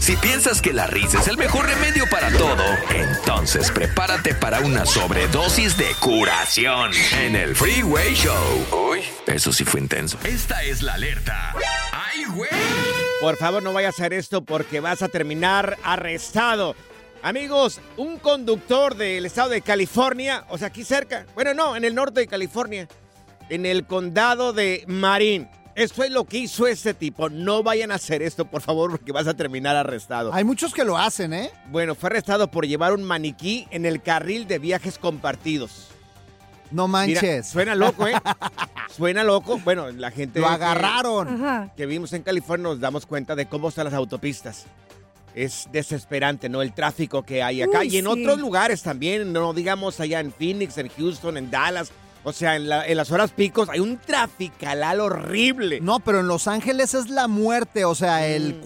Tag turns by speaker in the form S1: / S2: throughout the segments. S1: Si piensas que la risa es el mejor remedio para todo, entonces prepárate para una sobredosis de curación en el Freeway Show. Uy, eso sí fue intenso. Esta es la alerta. ¡Ay, güey!
S2: Por favor, no vayas a hacer esto porque vas a terminar arrestado. Amigos, un conductor del estado de California, o sea, aquí cerca, bueno, no, en el norte de California, en el condado de Marin. Esto es lo que hizo este tipo. No vayan a hacer esto, por favor, porque vas a terminar arrestado.
S3: Hay muchos que lo hacen, ¿eh?
S2: Bueno, fue arrestado por llevar un maniquí en el carril de viajes compartidos.
S3: No
S2: Mira,
S3: manches.
S2: suena loco, ¿eh? suena loco. Bueno, la gente
S3: Lo
S2: que-
S3: agarraron.
S2: que, vimos en California nos damos cuenta de cómo están las autopistas. Es desesperante, ¿no? El tráfico que hay acá.
S4: Uy,
S2: y en
S4: sí.
S2: otros lugares también, no digamos allá en Phoenix, en Houston, en Dallas. O sea, en, la- en las horas picos hay un traficalal horrible.
S3: No, pero en Los Ángeles es la muerte, o sea, el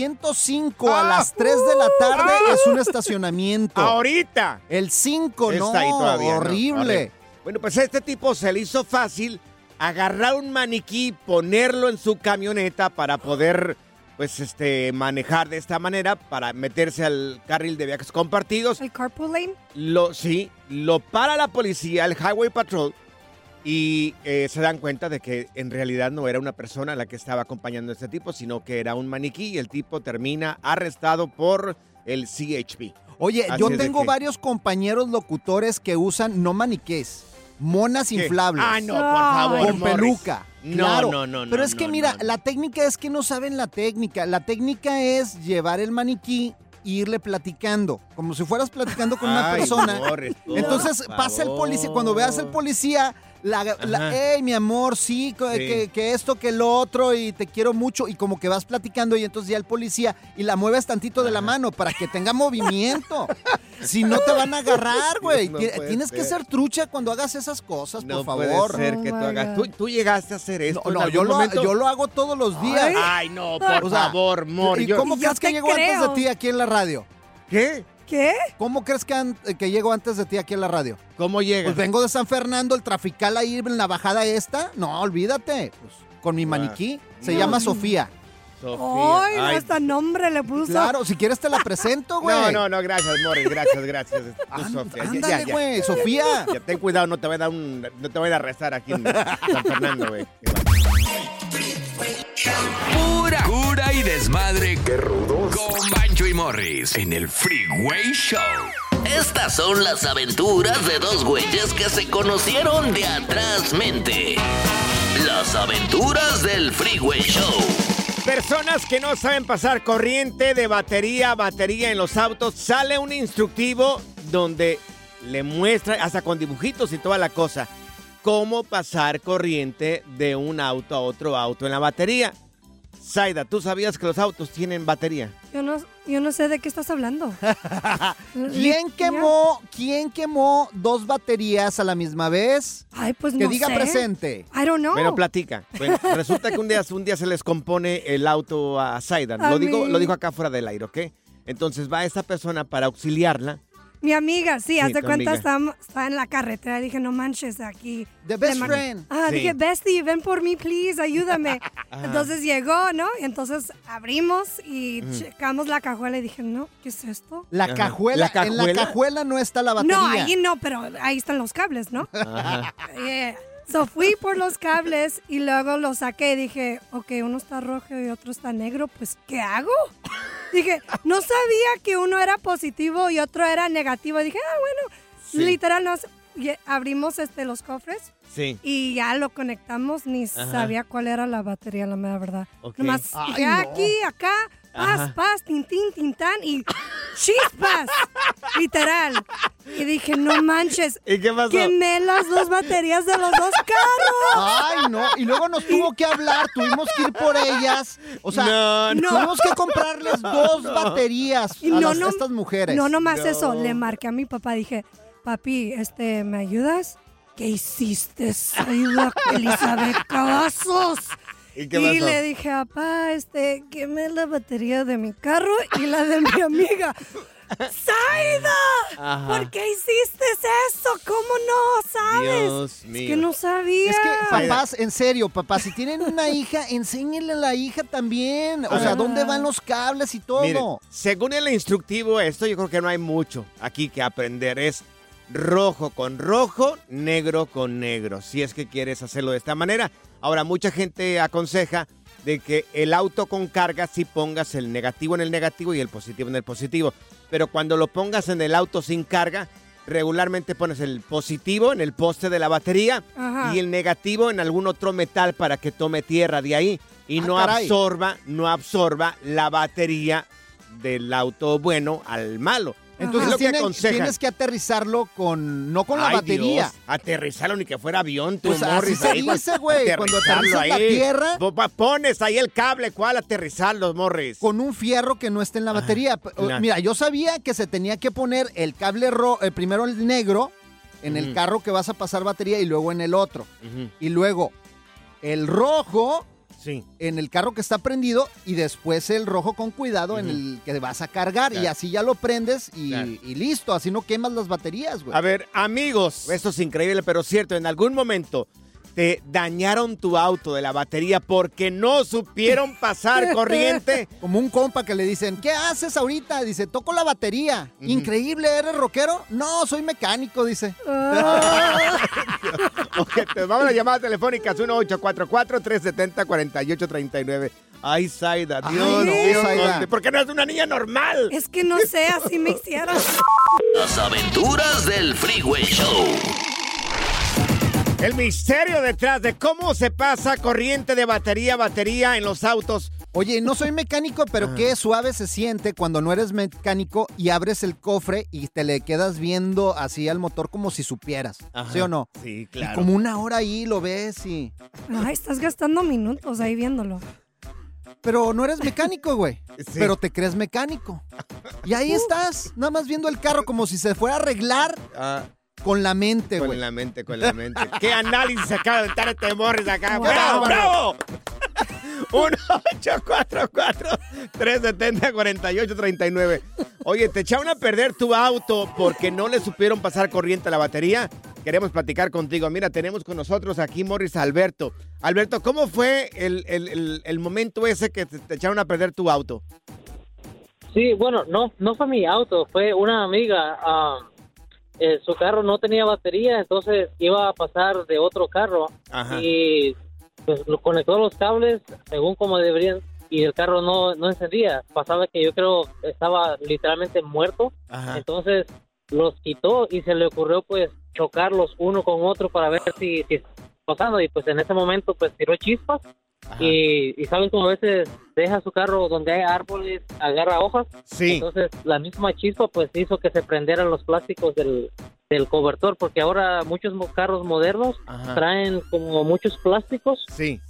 S3: 405 a
S2: Mm. Ah,
S3: las 3 de la tarde es un estacionamiento.
S2: Ahorita.
S3: El 5, no,
S2: Está ahí todavía, ¿no?
S3: horrible.
S2: Bueno, pues a este tipo se le hizo fácil agarrar un maniquí, ponerlo en su camioneta para poder, pues, este, manejar de esta manera, para meterse al carril de viajes compartidos.
S4: El carpool lane.
S2: Lo, sí, lo para la policía, el Highway Patrol, y eh, se dan cuenta de que en realidad no era una persona la que estaba acompañando a este tipo, sino que era un maniquí y el tipo termina arrestado por el CHP.
S3: Oye,
S2: Así
S3: yo
S2: es de
S3: tengo
S2: que-
S3: varios compañeros locutores que usan no maniqués, monas
S2: ¿Qué?
S3: inflables.
S2: Ah, no, por favor.
S3: Con
S2: Morris.
S3: peluca.
S2: No,
S3: claro.
S2: no, no, no,
S3: Pero es que
S2: no,
S3: mira,
S2: no, no.
S3: la técnica es que no saben la técnica. La técnica es llevar el maniquí e irle platicando, como si fueras platicando con una
S2: Ay,
S3: persona.
S2: Morris, por
S3: Entonces pasa el policía, cuando veas al
S2: favor.
S3: policía, la, la-
S2: Ajá.
S3: "Ey, mi amor, sí, co-
S2: Sí.
S3: Que, que esto, que lo otro, y te quiero mucho, y como que vas platicando, y entonces ya el policía, y la mueves tantito de la mano para que tenga movimiento. Si no te van a agarrar, güey.
S2: No
S3: Ti-
S2: puede
S3: Tienes que
S2: ser.
S3: ser trucha cuando hagas esas cosas,
S2: No
S3: por
S2: puede
S3: favor.
S2: ser que
S4: Oh
S2: tú
S4: my
S2: hagas.
S4: God.
S2: ¿Tú, tú llegaste a hacer esto.
S3: No,
S2: en
S3: no, yo
S2: algún
S3: lo,
S2: momento?
S3: yo lo hago todos los días.
S2: Ay, no, por
S3: O sea,
S2: favor, amor.
S3: ¿Y
S2: yo-
S3: cómo
S4: Y yo
S3: crees que
S4: te
S3: llegó
S4: creo.
S3: antes de ti aquí en la radio?
S2: ¿Qué?
S4: ¿Qué?
S3: ¿Cómo crees que, an- que llegó antes de ti aquí en la radio?
S2: ¿Cómo llegas?
S3: Pues vengo de San Fernando, el trafical ahí en la bajada esta. No, olvídate. Pues, con mi maniquí. Se
S2: No.
S3: llama Sofía.
S2: Sofía,
S4: Ay, no,
S2: ay.
S4: hasta nombre le puso.
S3: Claro, si quieres te la presento, güey.
S2: No, no, no, gracias, Morris, gracias, gracias. Este, Tú,
S3: Ánd-
S2: Sofía, ya, ya,
S3: ándale,
S2: ya.
S3: güey, Sofía.
S2: Ya, ten cuidado, no te van a dar un, no te van a arrestar aquí en San Fernando, güey.
S1: Pura cura y desmadre. ¡Qué rudos! Con Bancho y Morris en el Freeway Show.
S5: Estas son las aventuras de dos güeyes que se conocieron de atrás mente. Las aventuras del Freeway Show.
S2: Personas que no saben pasar corriente de batería a batería en los autos, sale un instructivo donde le muestra, hasta con dibujitos y toda la cosa, cómo pasar corriente de un auto a otro auto en la batería. Zaida, ¿tú sabías que los autos tienen batería?
S4: Yo no, yo no sé de qué estás hablando.
S3: ¿Quién quemó, ¿Quién quemó dos baterías a la misma vez?
S4: Ay, pues
S3: Que
S4: no
S3: diga
S4: sé.
S3: presente.
S4: I don't know.
S2: Bueno, platica. Bueno, resulta que un día, un día se les compone el auto a Zaida.
S4: A
S2: Lo digo,
S4: mí.
S2: lo digo acá fuera del aire, ¿ok? Entonces va esta persona para auxiliarla.
S4: Mi amiga, sí,
S2: Sí,
S4: hace
S2: tu
S4: cuenta
S2: amiga.
S4: está, está en la carretera. Dije, no manches, aquí.
S3: The best
S4: de ma-
S3: friend.
S4: Ah,
S2: Sí.
S4: dije, Bestie, ven por mí, please, ayúdame. Entonces llegó, ¿no? Entonces abrimos y checamos la cajuela y dije, no, ¿qué es esto?
S3: La
S2: Ajá.
S3: cajuela.
S2: ¿La
S3: En la
S2: cajuela?
S3: cajuela no está la batería.
S4: No, ahí no, pero ahí están los cables, ¿no? Yeah. Eh, So fui por los cables y luego los saqué y dije, ok, uno está rojo y otro está negro, pues ¿qué hago? Dije, no sabía que uno era positivo y otro era negativo. Dije, ah, bueno,
S2: Sí.
S4: literal, nos, y abrimos este, los cofres
S2: Sí.
S4: y ya lo conectamos, ni sabía cuál era la batería, la mera verdad.
S2: Ok.
S4: Nomás
S3: Ay,
S4: dije,
S3: no.
S4: aquí, acá, paz,
S2: Ajá.
S4: paz, tintín, tintán y chispas, literal. Y dije, no manches,
S2: ¿Y qué pasó?
S4: quemé las dos baterías de los dos carros.
S3: Ay, no. Y luego nos tuvo que hablar, tuvimos que ir por ellas. O sea,
S2: No, no.
S3: tuvimos que comprarles dos baterías
S4: Y
S3: a Ah,
S4: no,
S3: las-
S4: no-
S3: estas mujeres.
S4: No, nomás eso, le marqué a mi papá, dije, papi, este, ¿me ayudas? ¿qué hiciste, Aida Elizabeth Cavazos?
S2: ¿Y qué
S4: Y
S2: pasó?
S4: le dije, papá, este, quemé la batería de mi carro y la de mi amiga. ¡Saida!
S2: Ajá.
S4: ¿Por qué hiciste eso? ¿Cómo no sabes?
S2: Dios
S4: Es
S2: mío.
S4: que no sabía.
S3: Es que, papás, en serio, papás, si tienen una hija, enséñenle a la hija también. O
S2: A
S3: sea,
S2: ver.
S3: ¿dónde van los cables y todo?
S2: Miren, según el instructivo, esto yo creo que no hay mucho aquí que aprender. Es rojo con rojo, negro con negro. Si es que quieres hacerlo de esta manera. Ahora, mucha gente aconseja de que el auto con carga sí pongas el negativo en el negativo y el positivo en el positivo. Pero cuando lo pongas en el auto sin carga, regularmente pones el positivo en el poste de la batería
S4: Ajá.
S2: y el negativo en algún otro metal para que tome tierra de ahí y
S3: Ah,
S2: no
S3: caray.
S2: absorba, no absorba la batería del auto bueno al malo.
S3: Entonces
S2: es lo que
S3: tienen-
S2: aconsejan.
S3: tienes que aterrizarlo con, no con la
S2: Ay,
S3: batería.
S2: Dios, aterrizarlo ni que fuera avión, tú
S3: Pues así
S2: Morris.
S3: se
S2: ahí, güey.
S3: dice, güey, cuando
S2: Aterrizarlo
S3: aterrizas la tierra.
S2: Po- pa- Pones ahí el cable, ¿cuál aterrizarlo, Morris?
S3: Con un fierro que no esté en la batería. P- o-
S2: Ah, claro.
S3: Mira, yo sabía que se tenía que poner el cable ro eh, primero el negro en el
S2: Ujú.
S3: carro que vas a pasar batería y luego en el otro.
S2: Ujú,
S3: Y luego el rojo
S2: Sí.
S3: en el carro que está prendido y después el rojo con cuidado en
S2: Ujú.
S3: el que vas a cargar y
S2: Claro.
S3: así ya lo prendes y,
S2: Claro.
S3: y listo, así no quemas las baterías, güey.
S2: A ver, amigos, esto es increíble, pero cierto, en algún momento te dañaron tu auto de la batería porque no supieron pasar corriente.
S3: Como un compa que le dicen, ¿qué haces ahorita? Dice, toco la batería.
S2: Ujú.
S3: Increíble, ¿eres rockero? No, soy mecánico, dice.
S4: Ah,
S2: Ojetes, pues Vamos a llamar telefónicas 1-844-370-4839. Ay, Zaida,
S3: Ay,
S2: Dios,
S3: no,
S2: Dios,
S3: Zaida.
S2: Conte, ¿por qué no es una niña normal?
S4: Es que no sé, así me hicieron.
S5: Las aventuras del Freeway Show.
S2: El misterio detrás de cómo se pasa corriente de batería a batería en los autos.
S3: Oye, no soy mecánico, pero
S2: Ah.
S3: qué suave se siente cuando no eres mecánico y abres el cofre y te le quedas viendo así al motor como si supieras. ¿Sí o no?
S2: Sí,
S3: Y
S2: claro.
S3: como una hora ahí lo ves y...
S4: Ay, estás gastando minutos ahí viéndolo.
S3: Pero no eres mecánico, güey.
S2: Sí.
S3: Pero te crees mecánico. Y ahí estás, nada más viendo el carro como si se fuera a arreglar
S2: Ah,
S3: con la mente,
S2: con
S3: güey.
S2: la mente, con la mente. ¿Qué análisis acaba de estar este Morris acá?
S4: Wow.
S2: ¡Bravo, bravo! 1-844-370-4839. Oye, ¿te echaron a perder tu auto porque no le supieron pasar corriente a la batería? Queremos platicar contigo. Mira, tenemos con nosotros aquí Morris a Alberto. Alberto, ¿cómo fue el, el- el- el momento ese que te, te echaron a perder tu auto?
S6: Sí, bueno, no, no fue mi auto, fue una amiga. ah, eh, su carro no tenía batería, entonces iba a pasar de otro carro
S2: Ajá.
S6: y pues, lo conectó los cables según como deberían y el carro no, no encendía. Pasaba que yo creo estaba literalmente muerto,
S2: Ajá.
S6: entonces los quitó y se le ocurrió pues chocarlos uno con otro para ver si, si estaba pasando y pues en ese momento pues tiró chispas
S2: ajá.
S6: y, y saben como a veces deja su carro donde hay árboles, agarra hojas
S2: Sí.
S6: entonces, la misma chispa pues hizo que se prendieran los plásticos del, del cobertor, porque ahora muchos mo- carros modernos
S2: Ajá.
S6: traen como muchos plásticos,
S2: Sí.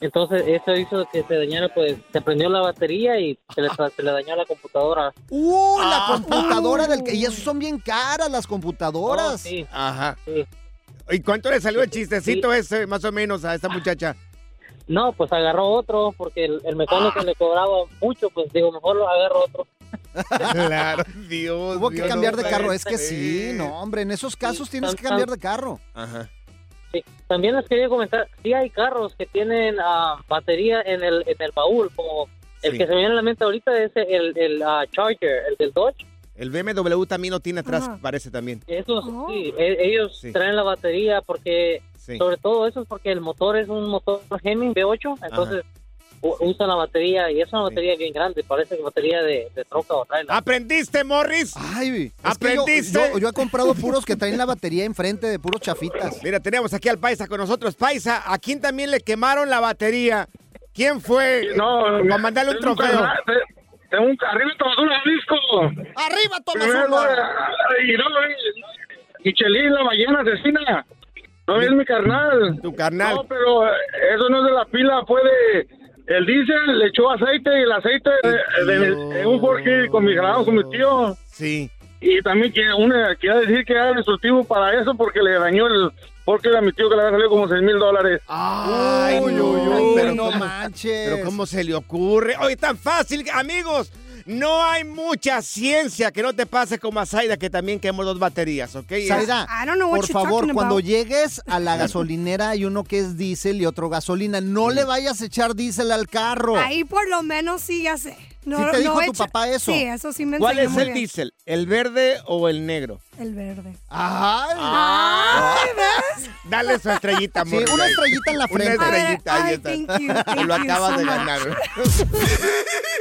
S6: entonces eso hizo que se dañara, pues se prendió la batería y se le, se le dañó la computadora.
S3: ¡Uh! La
S2: Ah.
S3: computadora del... que- Y eso son bien caras las computadoras.
S6: Oh, sí.
S2: Ajá.
S6: Sí.
S2: ¿Y cuánto le salió el chistecito ese, más o menos, a esta muchacha?
S6: No, pues agarró otro, porque el, el mecánico
S2: Ah.
S6: le cobraba mucho, pues digo, mejor lo agarro otro.
S2: Claro, Dios.
S3: Hubo que
S2: Dios,
S3: cambiar
S2: no
S3: de carro.
S2: puede
S3: Es que sí,
S2: ser.
S3: no, hombre. En esos casos
S6: Sí,
S3: tienes
S6: tan-
S3: que cambiar de carro.
S2: Ajá.
S6: Sí. También les quería comentar, sí hay carros que tienen ah, batería en el, en el baúl, como el
S2: Sí.
S6: que se me viene a la mente ahorita es el, el ah, Charger, el del Dodge.
S2: El BMW también lo tiene atrás,
S4: Ajá.
S2: parece también.
S6: Esos
S4: Oh.
S6: sí, e- ellos
S2: Sí.
S6: traen la batería porque,
S2: Sí.
S6: sobre todo eso, es porque el motor es un motor Hemming V8, entonces u- usan la batería y es una
S2: Sí.
S6: batería bien grande, parece batería de, de troca o trailer.
S2: ¿Aprendiste, Morris?
S3: Ay, es que yo-
S2: ¿Aprendiste?
S3: yo, yo he comprado puros que traen la batería enfrente de puros chafitas.
S2: Mira, tenemos aquí al Paisa con nosotros. Paisa, ¿a quién también le quemaron la batería? ¿Quién fue?
S7: No,
S2: Para mandarle un
S7: tengo
S2: trofeo.
S7: personal, te- tengo un arriba Tomazula, Jalisco.
S3: ¡Arriba,
S7: Primero,
S3: Tomás!
S7: ay, no, y Michelin, la ballena asesina. No es mi carnal.
S2: Tu carnal.
S7: No, pero eh, eso no es de la pila, fue de. El diésel
S3: eh,
S7: le echó aceite y el aceite de, de- de un Jorge con mi ganado, con mi tío.
S2: Sí.
S7: Y también que una quería decir que era destructivo para eso porque le dañó el porque era mi tío que le había salido como 6 mil dólares.
S2: Ay,
S3: Uy,
S2: no,
S3: uy, uy,
S2: pero
S3: no
S2: cómo-
S3: manches.
S2: Pero ¿cómo se le ocurre? Hoy tan fácil, amigos. No hay mucha ciencia que no te pase como a Zaida, que también quemó dos baterías, ¿ok?
S3: Zaira,
S4: I don't know what
S3: por
S4: you're
S3: favor,
S4: talking
S3: cuando
S4: about.
S3: llegues a la gasolinera hay uno que es diésel y otro gasolina. No le vayas a echar diésel al carro.
S4: Ahí por lo menos sí ya sé. No,
S3: Oh. ¿Sí te dijo tu
S4: echa-
S3: papá eso?
S4: Sí, eso sí me
S2: ¿Cuál
S4: enseñó
S2: es
S4: muy
S2: el
S4: bien.
S2: diésel? ¿El verde o el negro?
S4: El verde.
S3: Ah. Ay,
S4: ¡Ay, ves!
S2: Dale su estrellita,
S3: Sí,
S2: amor.
S3: una estrellita en la
S2: Una
S3: frente.
S4: A ver,
S2: estrellita, ahí
S4: ay,
S2: está.
S4: thank you,
S2: Te
S4: thank
S2: lo
S4: you
S2: acabas
S4: so
S2: de
S4: much.
S2: ganar.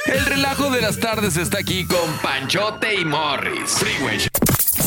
S1: El relajo de las tardes está aquí con Panchote y Morris. Freeway Show.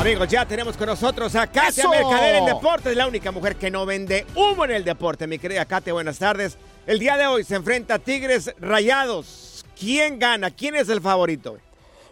S2: Amigos, ya tenemos con nosotros a Katia
S3: ¡Eso!
S2: Mercader en Deportes, la única mujer que no vende humo en el deporte. Mi querida Katia, buenas tardes. El día de hoy se enfrenta a Tigres Rayados. ¿Quién gana? ¿Quién es el favorito?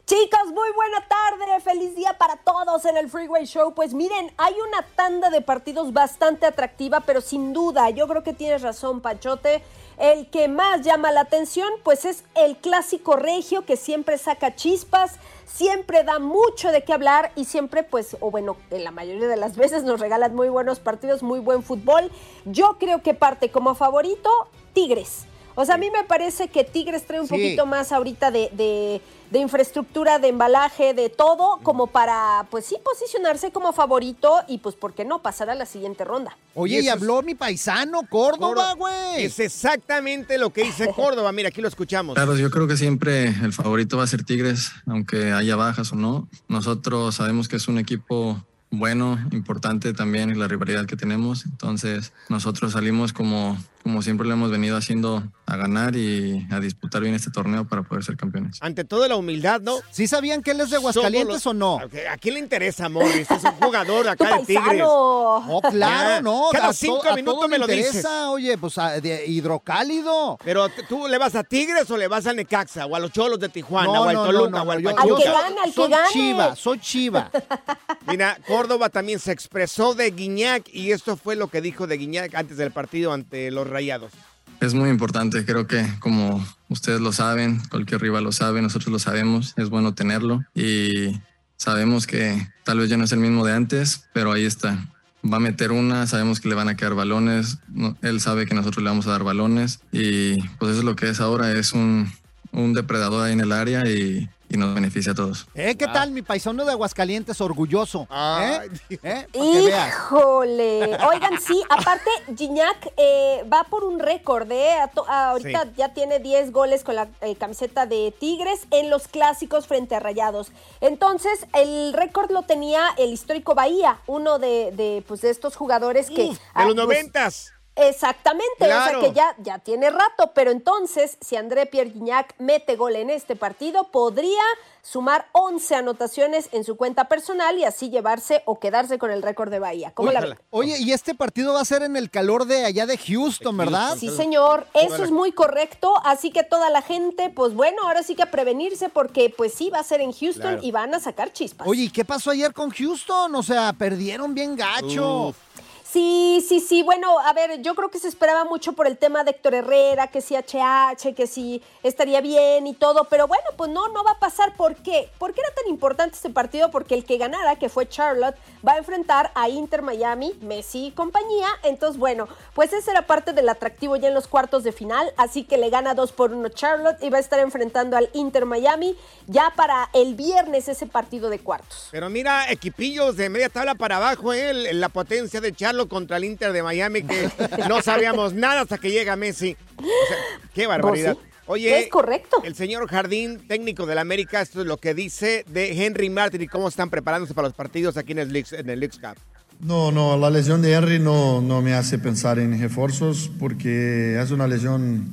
S8: Chicos, muy buena tarde, feliz día para todos en el Freeway Show. Pues miren, hay una tanda de partidos bastante atractiva, pero sin duda, yo creo que tienes razón, Pachote. El que más llama la atención, pues es el clásico regio que siempre saca chispas, siempre da mucho de qué hablar y siempre, pues, o bueno, en la mayoría de las veces nos regalan muy buenos partidos, muy buen fútbol. Yo creo que parte como favorito Tigres. O sea, a mí me parece que Tigres trae un
S3: Sí.
S8: poquito más ahorita de, de- de infraestructura, de embalaje, de todo, como para, pues sí, posicionarse como favorito y pues, ¿por qué no? Pasar a la siguiente ronda.
S2: Y
S3: Oye, y
S2: eso es-
S3: habló mi paisano, Córdoba, güey.
S2: Es exactamente lo que dice Córdoba. Mira, aquí lo escuchamos.
S9: Claro, yo creo que siempre el favorito va a ser Tigres, aunque haya bajas o no. Nosotros sabemos que es un equipo bueno, importante también y la rivalidad que tenemos. Entonces, nosotros salimos como, como siempre lo hemos venido haciendo a ganar y a disputar bien este torneo para poder ser campeones.
S2: Ante todo, la humildad, ¿no?
S3: ¿Sí sabían que él es de Aguascalientes
S2: Somos
S3: o no?
S2: los- ¿A quién le interesa, Morris? Es un jugador
S8: ¡Tu
S2: acá de Tigres.
S8: paisano!
S3: No, claro, no.
S2: Cada
S3: a to-
S2: cinco
S3: a todo
S2: minutos me lo
S3: le
S2: dices.
S3: interesa, Oye, pues a- de hidrocálido.
S2: Pero t- tú le vas a Tigres o le vas al Necaxa o a los Cholos de Tijuana o al Toluca o al
S3: yo-
S8: Al
S3: yo
S8: que
S3: soy-
S2: Pachuca.
S8: gane, al que
S3: soy
S8: gane.
S3: Chiva, soy Chiva.
S2: Mira, Córdoba también se expresó de Guiñac y esto fue lo que dijo de Guiñac antes del partido ante los Rayados.
S9: Es muy importante, creo que como ustedes lo saben, cualquier rival lo sabe, nosotros lo sabemos, es bueno tenerlo y sabemos que tal vez ya no es el mismo de antes, pero ahí está. Va a meter una, sabemos que le van a quedar balones, no- él sabe que nosotros le vamos a dar balones y pues eso es lo que es ahora, es un, un depredador ahí en el área y- y nos beneficia a todos.
S3: ¿Eh? ¿Qué tal mi paisano de Aguascalientes, orgulloso?
S2: Ah. Ay,
S3: ¿Eh? ¿Eh? Para que veas.
S8: ¡Híjole! Oigan, sí, aparte, Gignac eh, va por un récord, ¿eh? A to- a- ahorita
S2: Sí.
S8: ya tiene 10 goles con la eh, camiseta de Tigres en los clásicos frente a Rayados. Entonces, el récord lo tenía el histórico Bahía, uno de, de, pues, de estos jugadores que...
S2: Uf, Mm, de
S8: ah,
S2: los
S8: pues,
S2: noventas.
S8: Exactamente,
S2: Claro.
S8: o sea que ya, ya tiene rato, pero entonces si André Pierre Guignac mete gol en este partido, podría sumar 11 anotaciones en su cuenta personal y así llevarse o quedarse con el récord de Bahía. ¿Cómo la
S2: Újala.
S8: ven?
S3: Oye, y este partido va a ser en el calor de allá de Houston, ¿verdad?
S8: Sí, señor, eso
S2: la-
S8: es muy correcto, así que toda la gente, pues bueno, ahora sí que a prevenirse porque pues sí va a ser en Houston
S2: Claro.
S8: y van a sacar chispas.
S3: Oye, ¿y qué pasó ayer con Houston? O sea, perdieron bien gacho.
S2: Uf.
S8: Sí, sí, sí. Bueno, a ver, yo creo que se esperaba mucho por el tema de Héctor Herrera, que si HH, que si estaría bien y todo, pero bueno, pues no, no va a pasar. ¿Por qué? ¿Por qué era tan importante este partido? Porque el que ganara, que fue Charlotte, va a enfrentar a Inter Miami, Messi y compañía. Entonces, bueno, pues esa era parte del atractivo ya en los cuartos de final, así que le gana 2 por 1 Charlotte y va a estar enfrentando al Inter Miami ya para el viernes ese partido de cuartos.
S2: Pero mira, equipillos de media tabla para abajo, ¿eh? El- la potencia de Charlo contra el Inter de Miami, que no sabíamos nada hasta que llega Messi. O sea, qué barbaridad.
S8: Pues sí,
S2: Oye,
S8: es correcto.
S2: El señor Jardín, técnico del América, esto es lo que dice de Henry Martin y cómo están preparándose para los partidos aquí en el Leagues- en el Leagues Cup.
S10: No, no, la lesión de Henry no, no me hace pensar en refuerzos porque es una lesión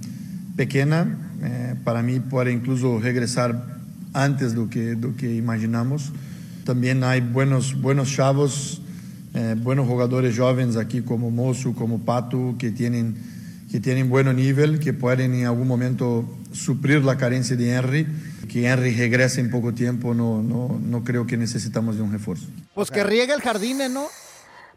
S10: pequeña. eh, para mí puede incluso regresar antes de lo que, do que imaginamos. También hay buenos, buenos chavos, eh, buenos jugadores jóvenes aquí como Mozo, como Pato, que tienen, que tienen buen nivel, que pueden en algún momento suplir la carencia de Henry. Que Henry regrese en poco tiempo, no, no, no creo que necesitamos de un refuerzo.
S3: Pues que riega el jardín, ¿eh, ¿no?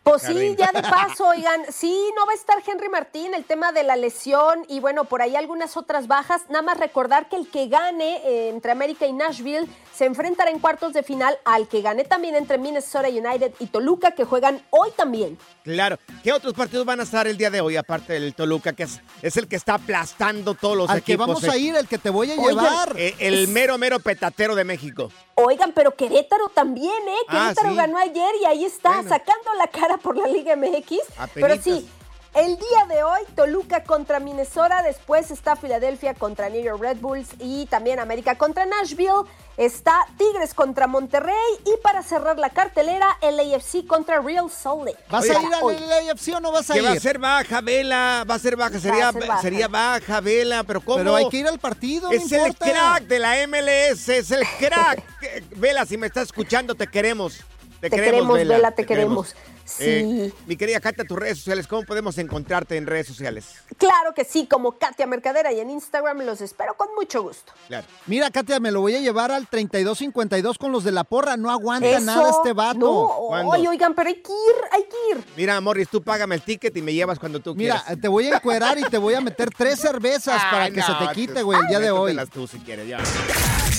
S8: Pues sí,
S10: Jardín.
S8: ya de paso, oigan, sí, no va a estar Henry Martín, el tema de la lesión y bueno, por ahí algunas otras bajas. Nada más recordar que el que gane eh, entre América y Nashville se enfrentará en cuartos de final al que gane también entre Minnesota United y Toluca, que juegan hoy también.
S2: Claro. ¿Qué otros partidos van a estar el día de hoy, aparte del Toluca, que es, es el que está aplastando todos los
S3: Al que
S2: equipos?
S3: vamos
S2: eh?
S3: a ir, el que te voy a
S8: Oigan,
S3: llevar.
S2: Eh, el mero, mero petatero de México.
S8: Oigan, pero Querétaro también, ¿eh?
S2: Ah,
S8: Querétaro
S2: sí.
S8: ganó ayer y ahí está,
S2: Bueno.
S8: sacando la cara por la Liga MX.
S2: Apenitas.
S8: Pero sí, el día de hoy, Toluca contra Minnesota, después está Filadelfia contra New York Red Bulls y también América contra Nashville, está Tigres contra Monterrey y para cerrar la cartelera, el AFC contra Real Salt Lake.
S3: ¿Vas
S8: Para
S3: a ir
S8: hoy.
S3: al AFC o no vas a
S2: Que
S3: ir?
S2: va a ser baja, Vela. Va a ser baja. Sería,
S8: ser baja.
S2: sería baja, Vela. Pero ¿cómo?
S3: Pero hay que ir al partido,
S2: Es
S3: no
S2: el
S3: importa.
S2: crack de la MLS, es el crack. Eh, Vela, si me estás escuchando, te queremos. Te,
S8: Te queremos,
S2: Vela,
S8: Vela, te queremos. Sí.
S2: mi querida Cata, tus redes sociales, ¿cómo podemos encontrarte en redes sociales?
S8: Claro que sí, como Katia Mercadera y en Instagram los espero con mucho gusto.
S2: Claro.
S3: Mira, Katia, me lo voy a llevar al 3252 con los de la porra. No aguanta nada este vato.
S8: No,
S2: ¿Cuándo?
S8: ay, oigan, pero hay que ir, hay que ir.
S2: Mira, Morris, tú págame el ticket y me llevas cuando tú
S3: Mira,
S2: quieras.
S3: te voy a encuerar y te voy a meter tres cervezas para
S2: Ay,
S3: que se
S2: no,
S3: te quite, güey, el día de hoy.
S2: métetelas tú si quieres, ya.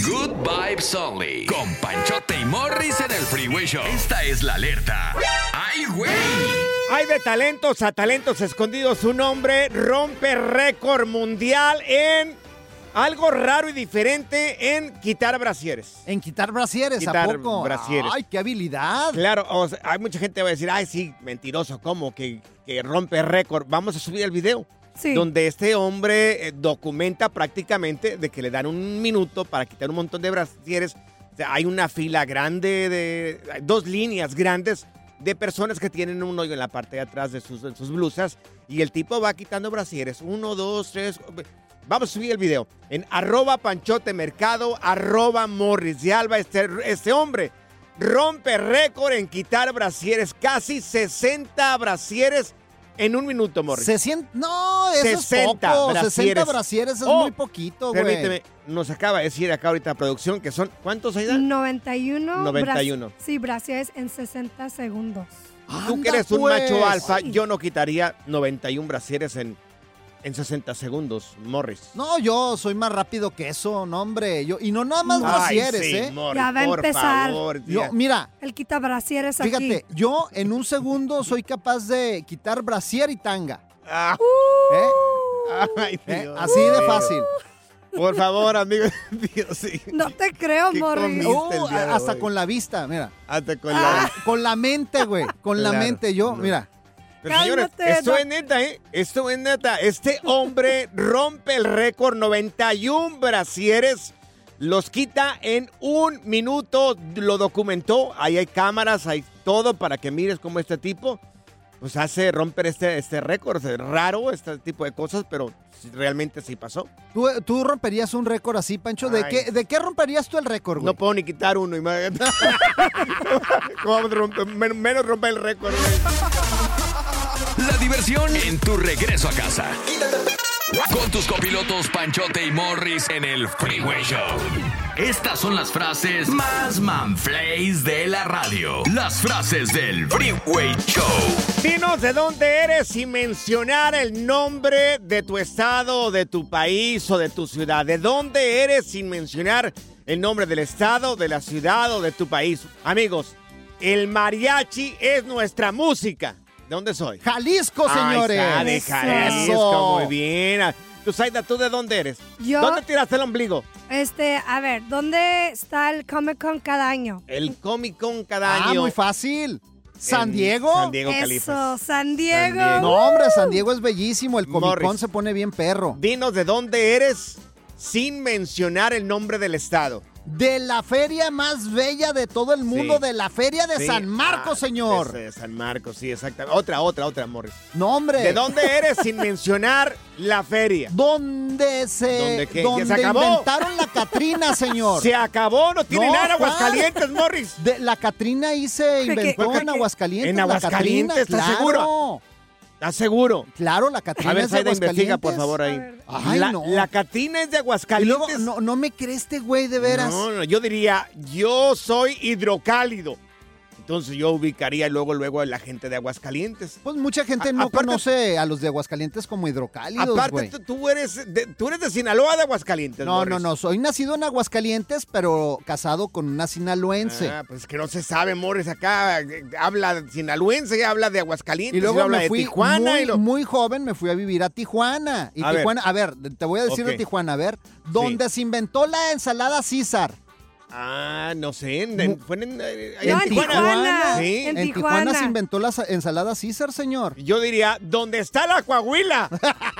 S1: Good vibes only. Con Panchote y Morris en el Freeway Show. Esta es la alerta. ¡Ay, güey!
S2: Hay de talentos a talentos escondidos. Un hombre rompe récord mundial en algo raro y diferente en quitar brasieres.
S3: En quitar brasieres,
S2: Quitar
S3: ¿a poco?
S2: brasieres.
S3: Ay, qué habilidad.
S2: Claro, o sea, hay mucha gente que va a decir, ay, sí, mentiroso, ¿cómo? Que, que rompe récord. Vamos a subir el video.
S4: Sí.
S2: Donde este hombre eh, documenta prácticamente de que le dan un minuto para quitar un montón de brasieres. O sea, hay una fila grande de. hay dos líneas grandes de personas que tienen un hoyo en la parte de atrás de sus, de sus blusas. Y el tipo va quitando brasieres. Uno, dos, tres. Vamos a subir el video. En arroba panchote mercado, arroba morris de alba. Este, este hombre rompe récord en quitar brasieres. Casi 60 brasieres en un minuto, Morris.
S3: Se siente. No, eso
S2: 60
S3: es poco.
S2: brasieres.
S3: 60 brasieres es
S2: Oh,
S3: muy poquito, güey.
S2: Permíteme, nos acaba de decir acá ahorita producción que son, ¿cuántos hay? Dan?
S4: 91.
S2: 91.
S4: bra- sí, brasiers en 60 segundos.
S2: Tú
S3: Anda,
S2: que eres un
S3: pues.
S2: macho alfa, yo no quitaría 91 brasieres en, en 60 segundos, Morris.
S3: No, yo soy más rápido que eso, no, hombre. Yo, y no nada más
S2: Ay,
S3: brasieres,
S2: sí,
S3: ¿eh?
S2: Morris,
S4: Ya va a
S2: por
S4: empezar.
S2: favor,
S3: Yo, mm,
S2: ya.
S3: mira,
S4: Él quita brasieres aquí.
S3: Fíjate, yo en un segundo soy capaz de quitar brasier y tanga.
S2: Ah,
S3: ¿eh?
S4: Uh,
S2: ay,
S3: ¿eh?
S2: Dios
S3: Así de
S2: mío.
S3: fácil.
S2: Por favor, amigo. Dios, sí.
S4: No te creo,
S2: ¿Qué comí?
S4: Morris. Oh,
S2: Viste el
S3: Uh,
S2: día de
S3: hasta
S2: hoy.
S3: con la vista, mira.
S2: Hasta con
S3: Con-
S2: la...
S3: Con la mente, güey. Con la
S2: Claro,
S3: mente, yo,
S2: no.
S3: mira.
S2: Pero señores,
S4: Cálmate,
S2: esto
S4: no-
S2: es neta, ¿eh? Esto es neta. Este hombre rompe el récord. 91 brasieres los quita en un minuto. Lo documentó. Ahí hay cámaras, hay todo para que mires cómo este tipo pues hace romper este, este récord. Es raro este tipo de cosas, pero realmente sí pasó.
S3: ¿Tú, tú romperías un récord así, Pancho? ¿De,
S2: Ay.
S3: qué, ¿De qué romperías tú el récord, güey?
S2: No pues, puedo ni quitar uno, imagínate. ¿Cómo rompe- men- menos romper el récord, güey?
S1: La diversión en tu regreso a casa. Con tus copilotos Panchote y Morris en el Freeway Show. Estas son las frases más manflays de la radio. Las frases del Freeway Show.
S2: Dinos de dónde eres sin mencionar el nombre de tu estado, o de tu país o de tu ciudad. ¿De dónde eres sin mencionar el nombre del estado, de la ciudad o de tu país? Amigos, el mariachi es nuestra música. ¿De dónde soy?
S3: Jalisco, oh, señores.
S2: Ahí está, de Jalisco,
S3: Eso.
S2: muy bien. Tú, Zayda, ¿tú de dónde eres?
S4: Yo-
S2: ¿Dónde tiraste el ombligo?
S4: Este, a ver, ¿dónde está el Comic Con cada año?
S2: El Comic Con cada
S3: Ah,
S2: año.
S3: muy fácil. ¿San
S2: en
S3: Diego?
S2: San Diego,
S4: Eso,
S2: Califas.
S4: San Diego.
S2: San Diego.
S3: No, hombre, San Diego es bellísimo. El Comic Con
S2: Morris.
S3: se pone bien perro.
S2: Dinos de dónde eres sin mencionar el nombre del estado.
S3: De la feria más bella de todo el mundo,
S2: Sí.
S3: de la feria de
S2: Sí,
S3: San Marcos,
S2: ah,
S3: señor.
S2: De, de San Marcos, sí, exactamente. Otra, otra, otra, Morris.
S3: No, hombre.
S2: ¿De dónde eres sin mencionar la feria?
S3: ¿Dónde donde se
S2: ¿Dónde qué? ¿Ya
S3: donde
S2: se acabó?
S3: inventaron la Catrina, señor.
S2: Se acabó, no tiene
S3: No,
S2: nada
S3: Juan.
S2: Aguascalientes, Morris.
S3: De- la Catrina ahí se
S4: que-
S3: inventó
S4: que-
S3: en Aguascalientes.
S2: ¿En
S3: la
S2: Aguascalientes?
S3: Catrina,
S2: ¿Estás
S3: claro.
S2: seguro? ¿Estás seguro?
S3: Claro, la Catrina
S2: A ver,
S3: es de
S2: Saida,
S3: Aguascalientes.
S2: investiga, por favor, ahí.
S4: A ver.
S3: Ay,
S2: la,
S3: no.
S2: la Catrina es de
S3: Y
S2: Aguascalientes.
S3: luego, no, no me crees este güey, de veras.
S2: No, no, yo diría, yo soy hidrocálido. Entonces yo ubicaría luego, luego a la gente de Aguascalientes.
S3: Pues mucha gente
S2: A-
S3: no
S2: aparte-
S3: conoce a los de Aguascalientes como hidrocálidos,
S2: Aparte,
S3: güey.
S2: tú, tú eres de, tú eres de Sinaloa de Aguascalientes.
S3: No, no,
S2: Morris.
S3: no, soy nacido en Aguascalientes, pero casado con una sinaloense.
S2: Ah, pues que no se sabe, Morris, acá eh, habla sinaloense, habla de Aguascalientes,
S3: y luego
S2: pues habla
S3: me fui
S2: de Tijuana.
S3: muy,
S2: y lo-
S3: muy joven, me fui a vivir a Tijuana. Y
S2: A ver.
S3: Tijuana, a ver, te voy a decir de
S2: Ok.
S3: Tijuana, a ver, donde se inventó la ensalada César.
S2: Ah, no sé, en, en- fue en, eh, ahí
S4: No,
S2: en
S4: en
S2: Tijuana.
S4: Tijuana,
S2: Sí.
S4: en-
S3: En, Tijuana.
S4: Tijuana.
S3: se inventó la sa- ensalada César, señor.
S2: Yo diría, ¿dónde está la Coahuila?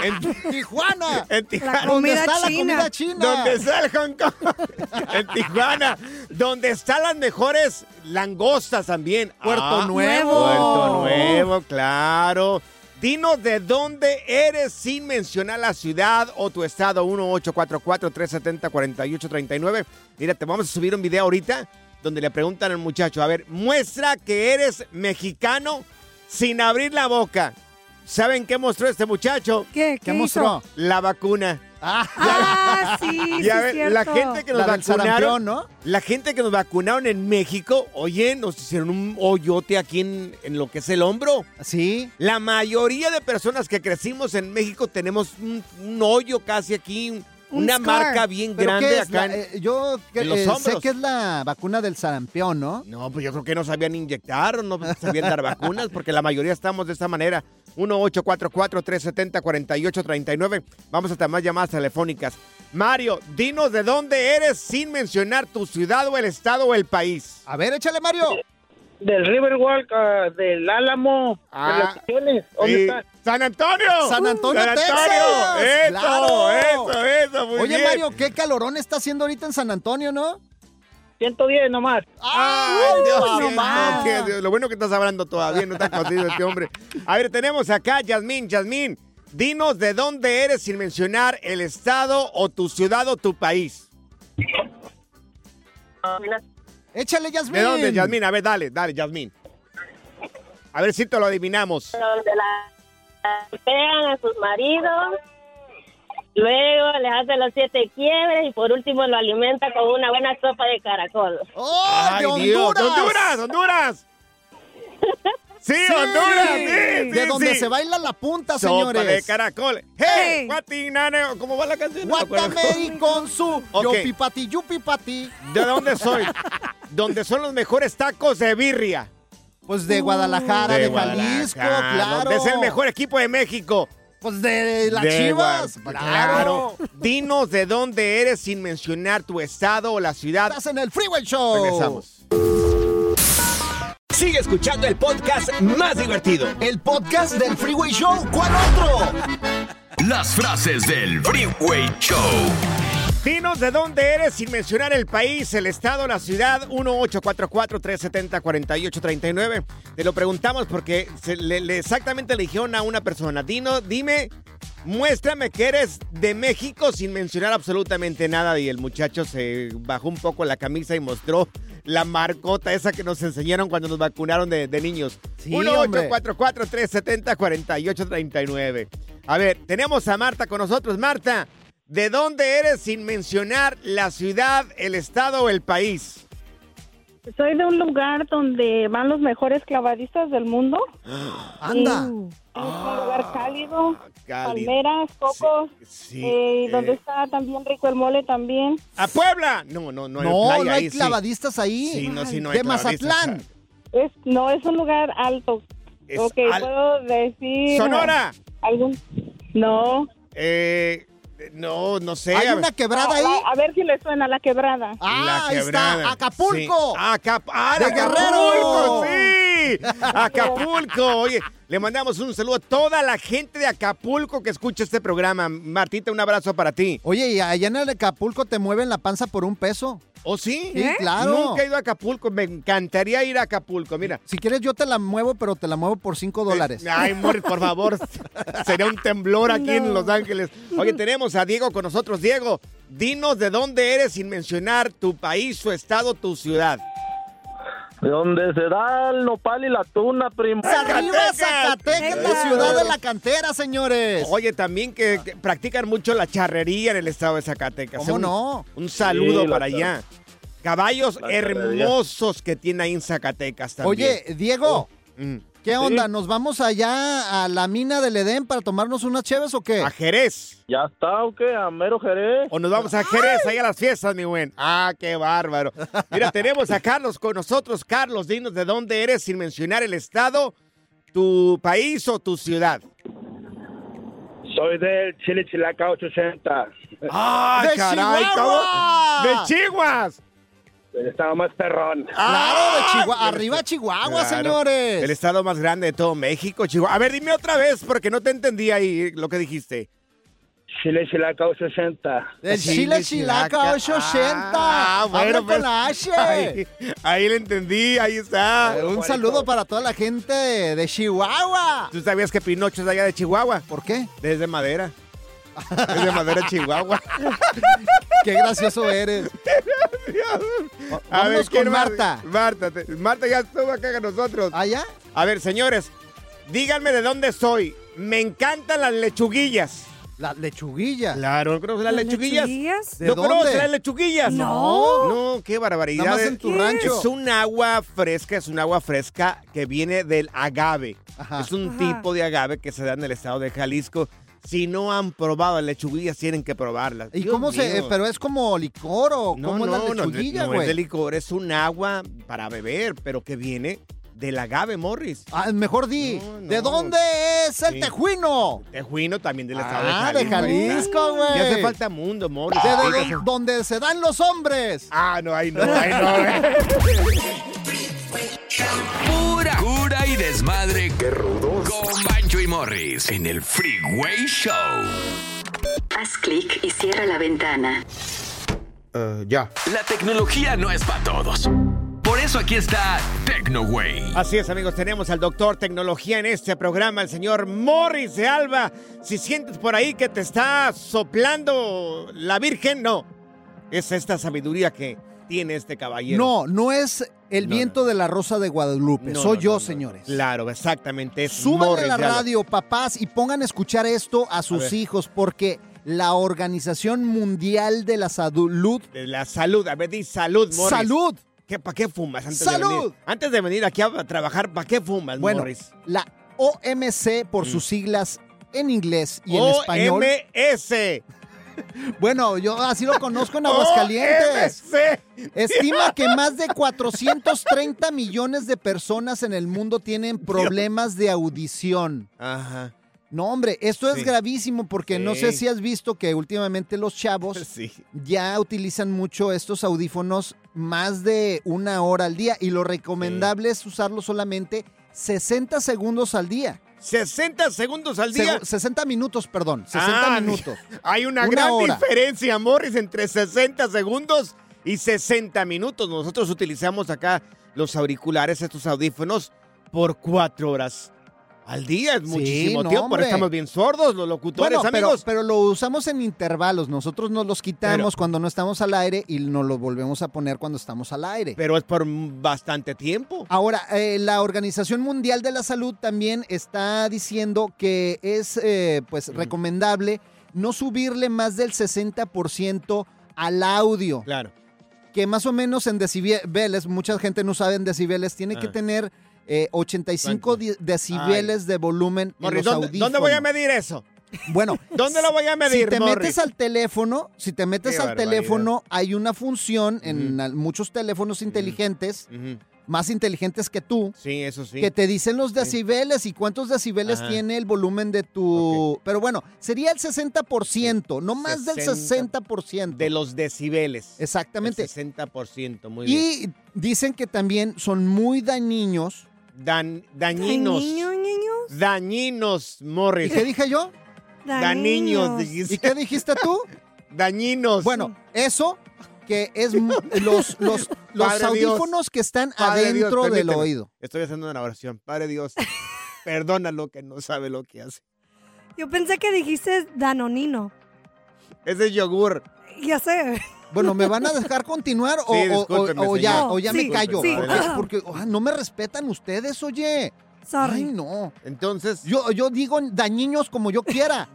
S2: en,
S3: Tijuana.
S2: en
S4: La
S2: Tijuana.
S3: ¿Dónde
S4: comida
S3: está
S4: china.
S3: la comida china?
S2: ¿Dónde está el Hong Kong? en Tijuana. ¿Dónde están las mejores langostas también?
S3: Puerto
S2: Ah,
S3: Nuevo.
S2: Puerto Nuevo, claro. Dinos de dónde eres sin mencionar la ciudad o tu estado. 1-844-370-4839. Mira, te vamos a subir un video ahorita donde le preguntan al muchacho, a ver, muestra que eres mexicano sin abrir la boca. ¿Saben qué mostró este muchacho?
S4: ¿Qué? ¿Qué,
S3: ¿Qué
S4: hizo?
S3: mostró?
S2: La vacuna.
S3: Ah,
S4: Ah, sí,
S2: Ya
S4: sí,
S2: ven,
S4: cierto.
S2: la gente que nos
S3: la del sarampión,
S2: vacunaron,
S3: ¿no?
S2: la gente que nos vacunaron en México, oye, nos hicieron un hoyote aquí en, en lo que es el hombro.
S3: Sí.
S2: La mayoría de personas que crecimos en México tenemos un, un hoyo casi aquí, un-
S4: Un
S2: una
S4: scar.
S2: marca bien
S3: ¿Pero
S2: grande
S3: qué es?
S2: acá.
S3: La-
S2: en-
S3: eh, yo que-
S2: en los
S3: eh, sé
S2: hombros.
S3: que es la vacuna del sarampión, ¿no?
S2: No, pues yo creo que no sabían inyectar o no sabían dar vacunas, porque la mayoría estamos de esta manera. 1-844-370-4839. Vamos a tomar llamadas telefónicas. Mario, dinos de dónde eres sin mencionar tu ciudad o el estado o el país.
S3: A ver, échale, Mario.
S7: Del Riverwalk, ah, del Álamo,
S2: Ah,
S7: de las acciones. ¿Dónde
S2: Sí.
S7: está?
S2: Eh, ¡San Antonio!
S3: San Antonio, Texas.
S2: ¡Eso,
S3: Claro.
S2: eso, eso! Muy
S3: Oye,
S2: bien.
S3: Mario, qué calorón está haciendo ahorita en San Antonio, ¿no?
S7: 110 nomás.
S2: ¡Ay, Dios
S3: no
S2: mío,
S3: más.
S2: Dios, Dios. Lo bueno que estás hablando todavía, no está cocido este hombre. A ver, tenemos acá a Yasmín. Yasmín, dinos de dónde eres sin mencionar el estado o tu ciudad o tu país.
S3: Échale, Yasmin.
S2: ¿De dónde, Yasmín? A ver, dale, dale, Yasmín. A ver si te lo adivinamos.
S11: donde la la pegan a sus maridos, luego les hace los siete quiebres y por último lo alimenta con una buena sopa de caracol.
S3: ¡Oh,
S2: Ay,
S3: de Honduras!
S2: Dios. ¡Honduras, Honduras! ¡Sí, Honduras! Sí,
S3: de
S2: sí,
S3: donde
S2: sí.
S3: se baila la punta,
S2: Sopa de
S3: señores.
S2: caracol. ¡Hey!
S4: Hey.
S2: Guatinane, ¿Cómo va la canción? No me acuerdo.
S3: Guatameri con su
S2: Ok.
S3: yupi pati, yupi pati.
S2: ¿De dónde soy? Donde son los mejores tacos de birria.
S3: Pues de Guadalajara, de, Jalisco,
S2: Guadalajara,
S3: claro.
S2: donde es el mejor equipo de México.
S3: Pues de las
S2: De
S3: chivas,
S2: Guadalajara.
S3: claro.
S2: Dinos de dónde eres sin mencionar tu estado o la ciudad.
S3: Estás en el Freeway Show.
S2: Regresamos.
S1: Sigue escuchando el podcast más divertido.
S3: El podcast del Freeway Show. ¿Cuál otro?
S1: Las frases del Freeway Show.
S2: Dinos de dónde eres sin mencionar el país, el estado, la ciudad. 1-844-370-4839. Te lo preguntamos porque se- le- le- exactamente le dijeron a una persona. Dino, dime, muéstrame que eres de México sin mencionar absolutamente nada. Y el muchacho se bajó un poco la camisa y mostró la marcota esa que nos enseñaron cuando nos vacunaron de, de niños.
S3: Sí, hombre.
S2: 1-844-370-4839. A ver, tenemos a Marta con nosotros. Marta, ¿de dónde eres sin mencionar la ciudad, el estado o el país?
S11: Soy de un lugar donde van los mejores clavadistas del mundo.
S3: Anda.
S2: Uh.
S4: Uh.
S11: Es un lugar cálido,
S2: Ah, cálido.
S11: palmeras, cocos,
S2: Sí,
S11: eh,
S2: eh.
S11: donde está también rico el mole también.
S2: ¿A Puebla? No, no, no.
S3: No,
S2: playa
S3: no hay
S2: ahí sí.
S3: clavadistas ahí.
S2: Sí, no, sí, no hay
S3: de
S2: clavadistas.
S3: Mazatlán.
S11: Es, no, es un lugar alto.
S2: Es
S11: ok,
S2: al-
S11: puedo decir...
S2: Sonora.
S11: ¿Algún? No.
S2: Eh, no, no sé.
S3: Hay
S2: a-
S3: una quebrada ahí.
S11: A, a ver si le suena la quebrada.
S3: Ah,
S2: La
S3: ahí
S2: quebrada.
S3: está. Acapulco.
S2: Sí. Acap- ah,
S3: De
S2: de Acapulco,
S3: Guerrero.
S2: sí. sí, Acapulco. Oye, le mandamos un saludo a toda la gente de Acapulco que escucha este programa. Martita, un abrazo para ti.
S3: Oye, ¿y allá en el Acapulco te mueven la panza por un peso?
S2: ¿Oh, sí?
S3: Sí, ¿Eh? claro.
S2: Nunca he ido a Acapulco. Me encantaría ir a Acapulco, mira. Eh,
S3: Si quieres yo te la muevo, pero te la muevo por 5 dólares.
S2: Ay, amor, por favor. Sería un temblor aquí en Los Ángeles. Oye, tenemos a Diego con nosotros. Diego, dinos de dónde eres sin mencionar tu país, su estado, tu ciudad.
S12: De donde se da el nopal y la tuna, primo.
S2: Ah,
S3: ¡Arriba Zacatecas, la ciudad de la cantera, señores!
S2: Oye, también que, que practican mucho la charrería en el estado de Zacatecas.
S3: ah. ¿Cómo
S2: Un-
S3: no?
S2: Un saludo
S3: Sí, la
S2: para
S3: char-
S2: allá. Caballos
S3: La charrería.
S2: hermosos que tiene ahí en Zacatecas también. Oh. Mm.
S3: Oye, Diego, ¿qué
S2: Sí.
S3: onda? ¿Nos vamos allá a la mina del Edén para tomarnos unas cheves o qué?
S2: ¿A Jerez?
S12: ¿Ya está o qué? ¿A mero Jerez?
S2: O nos vamos a Jerez, ahí a las fiestas, mi buen. Ah, qué bárbaro. Mira, tenemos a Carlos con nosotros. Carlos, dinos de dónde eres sin mencionar el estado, tu país o tu ciudad.
S13: Soy del Chile Chilaca 880.
S2: ¡Ah, ¡De caray, Chihuahua! ¿cómo? ¡De Chihuas!
S13: El estado más perrón.
S3: ¡Claro, de Chihuahua! ¡Arriba Chihuahua,
S2: Claro.
S3: señores!
S2: El estado más grande de todo México, Chihuahua. A ver, dime otra vez, porque no te entendí ahí lo que dijiste.
S13: Chile Chilaca 880.
S3: Del Chile Chilaca 880.
S2: Ah, bueno,
S3: Habla con
S2: pues,
S3: la H.
S2: ahí- ahí le entendí, ahí está.
S3: Eh, Un saludo para toda la gente de, de Chihuahua.
S2: ¿Tú sabías que Pinocho es de allá de Chihuahua?
S3: ¿Por qué?
S2: Desde madera. Es de madera Chihuahua.
S3: Qué gracioso eres.
S2: A ver,
S3: Vámonos
S2: ¿quién
S3: con
S2: más?
S3: Marta.
S2: Marta, te- Marta ya estuvo acá con nosotros.
S3: ¿Allá?
S2: A ver, señores, díganme de dónde soy. Me encantan las lechuguillas.
S3: Las lechuguillas.
S2: Claro, ¿no conoces las,
S4: ¿Las
S2: lechuguillas?
S4: lechuguillas?
S3: ¿De
S2: ¿No
S3: dónde?
S2: conoces las lechuguillas?
S3: No.
S2: No, qué barbaridad.
S3: Nada más en tu
S2: Es-
S3: rancho.
S2: Es un agua fresca, es un agua fresca que viene del agave. Es un
S3: Ajá.
S2: tipo de agave que se da en el estado de Jalisco. Si no han probado las lechuguillas, tienen que probarlas.
S3: ¿Y
S2: Dios
S3: cómo se.?
S2: mío.
S3: eh, ¿Pero es como licor o
S2: No,
S3: cómo
S2: no,
S3: es la
S2: no,
S3: lechuguilla,
S2: no
S3: güey?
S2: es de licor, es un agua para beber, pero que viene del agave, Morris.
S3: Ah, mejor di, ¿de dónde es el
S2: Sí.
S3: tejuino?
S2: Tejuino también del estado
S3: Ah,
S2: de
S3: de
S2: Jalisco.
S3: Jalisco, güey.
S2: Ya hace falta mundo, Morris.
S3: De-
S2: Ya
S3: de-
S2: hace
S3: de- donde se dan los hombres.
S2: Ah, no, ahí no, eh. ahí no.
S1: Pura cura y desmadre. Qué rudos. Con Bancho y Morris en el Freeway Show.
S14: Haz clic y cierra la ventana.
S2: ya.
S1: La tecnología no es para todos. Por eso aquí está TecnoWay.
S2: Así es, amigos, tenemos al doctor tecnología en este programa, el señor Morris de Alba. Si sientes por ahí que te está soplando la Virgen, no. Es esta sabiduría que tiene este caballero.
S3: No, no es el viento de la rosa de Guadalupe.
S2: No,
S3: Soy
S2: no,
S3: yo,
S2: no, no.
S3: señores.
S2: Claro, exactamente. Es
S3: Súbanle
S2: Morris
S3: la
S2: de Alba.
S3: radio, papás, y pongan a escuchar esto a sus
S2: ver.
S3: hijos, porque la Organización Mundial de la Salud.
S2: De la salud, a ver, di salud, Morris.
S3: ¡Salud!
S2: ¿Qué, ¿Para qué fumas antes de
S3: ¡Salud!
S2: venir? Antes de venir aquí a trabajar, ¿para qué fumas,
S3: Bueno,
S2: Morris? Mm.
S3: la OMC, por sus siglas en inglés y en español.
S2: OMS.
S3: Bueno, yo así lo conozco en Aguascalientes.
S2: OMC.
S3: Estima que más de 430 millones de personas en el mundo tienen problemas de audición.
S2: Ajá.
S3: No, hombre, esto es
S2: Sí.
S3: gravísimo porque no sé
S2: Sí.
S3: si has visto que últimamente los chavos
S2: Sí.
S3: ya utilizan mucho estos audífonos más de una hora al día y lo recomendable es usarlo solamente 60 segundos al día.
S2: 60 segundos al
S3: Segu-
S2: día.
S3: 60 minutos, perdón, 60
S2: Ah,
S3: minutos.
S2: Hay una,
S3: Una
S2: gran
S3: hora.
S2: diferencia, Morris, entre 60 segundos y 60 minutos. Nosotros utilizamos acá los auriculares, estos audífonos, por cuatro horas al día. Es
S3: Sí,
S2: muchísimo
S3: no,
S2: tiempo. Ahora
S3: hombre.
S2: estamos bien sordos, los locutores,
S3: Bueno, pero,
S2: amigos.
S3: pero lo usamos en intervalos. Nosotros nos los quitamos cuando no estamos al aire y nos los volvemos a poner cuando estamos al aire.
S2: pero es por bastante tiempo.
S3: Ahora, eh, la Organización Mundial de la Salud también está diciendo que es eh, pues
S2: Mm.
S3: recomendable no subirle más del 60% al audio.
S2: Claro.
S3: Que más o menos en decibeles, mucha gente no sabe en decibeles, tiene que
S2: Ah.
S3: tener eh, 85 di- decibeles de volumen en
S2: Morris,
S3: los
S2: ¿dónde, dónde voy a
S3: audífonos.
S2: medir eso?
S3: Bueno,
S2: ¿Dónde lo voy a medir,
S3: si te
S2: Morris?
S3: metes al teléfono, si te metes
S2: Qué
S3: al
S2: barbaridad.
S3: teléfono, hay una función en al- muchos teléfonos inteligentes,
S2: Ujú.
S3: más inteligentes que tú,
S2: Sí, eso sí.
S3: que te dicen los decibeles y cuántos decibeles
S2: Ajá.
S3: tiene el volumen de tu... Pero bueno, sería el 60%, no más del 60%.
S2: De los decibeles.
S3: Exactamente.
S2: El 60%, muy bien.
S3: y dicen que también son muy dañinos
S2: Dan, dañinos.
S4: ¿Dañinos?
S2: Dañinos, Morris.
S3: ¿Y qué dije yo?
S2: Dañinos.
S3: ¿Y qué dijiste tú?
S2: Dañinos.
S3: Bueno, eso que es mu- los, los, los
S2: Padre Dios.
S3: audífonos que están
S2: Padre Dios,
S3: adentro del
S2: permíteme.
S3: oído.
S2: Estoy haciendo una oración. Padre Dios, perdónalo que no sabe lo que hace.
S4: Yo pensé que dijiste danonino.
S2: Ese es yogur.
S4: Ya sé.
S3: Bueno, ¿me van a dejar continuar o,
S2: Sí,
S3: o- o-
S2: discúlpeme,
S3: o ya,
S2: señor.
S3: o ya me
S2: Sí,
S3: callo?
S2: sí.
S3: Porque, porque, ah, no me respetan ustedes, oye.
S4: Sorry.
S3: Ay, no.
S2: Entonces.
S3: Yo, yo digo dañinos como yo quiera.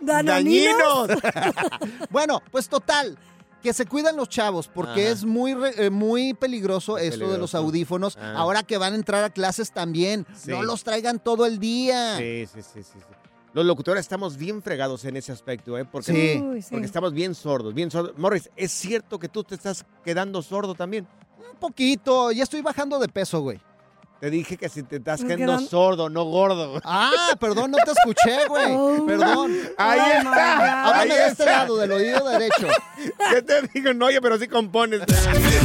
S2: ¿Danoninos?
S3: bueno, pues total. Que se cuidan los chavos, porque
S2: Ajá.
S3: es muy, re- eh, muy peligroso esto de los
S2: peligroso.
S3: audífonos.
S2: Ah.
S3: Ahora que van a entrar a clases también,
S2: Sí.
S3: no los traigan todo el día.
S2: Sí, sí, sí, sí, sí. Los locutores estamos bien fregados en ese aspecto, ¿eh? Porque,
S3: Sí. Uy,
S4: sí.
S2: porque estamos bien sordos, bien sordos. Morris, ¿es cierto que tú te estás quedando sordo también?
S3: Un poquito, ya estoy bajando de peso, güey.
S2: Te dije que si te estás
S4: Me
S2: quedando
S4: quedan-
S2: sordo, no gordo.
S3: Ah, perdón, no te escuché, güey.
S4: Oh.
S3: Perdón.
S2: Ahí
S4: Oh, my
S2: está.
S4: God.
S2: ahí
S3: Háblame de este
S2: está.
S3: lado, del oído derecho.
S2: ¿Qué te digo? No, oye, pero sí compones.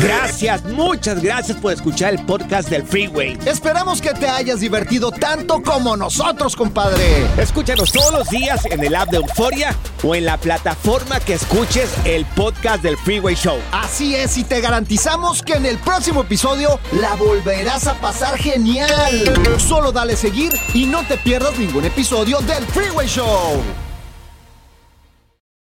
S2: Gracias, muchas gracias por escuchar el podcast del Freeway.
S3: Esperamos que te hayas divertido tanto como nosotros, compadre.
S2: Escúchanos todos los días en el app de Euforia o en la plataforma que escuches el podcast del Freeway Show.
S3: Así es, y te garantizamos que en el próximo episodio la volverás a pasar genial. Solo dale seguir y no te pierdas ningún episodio del Freeway Show.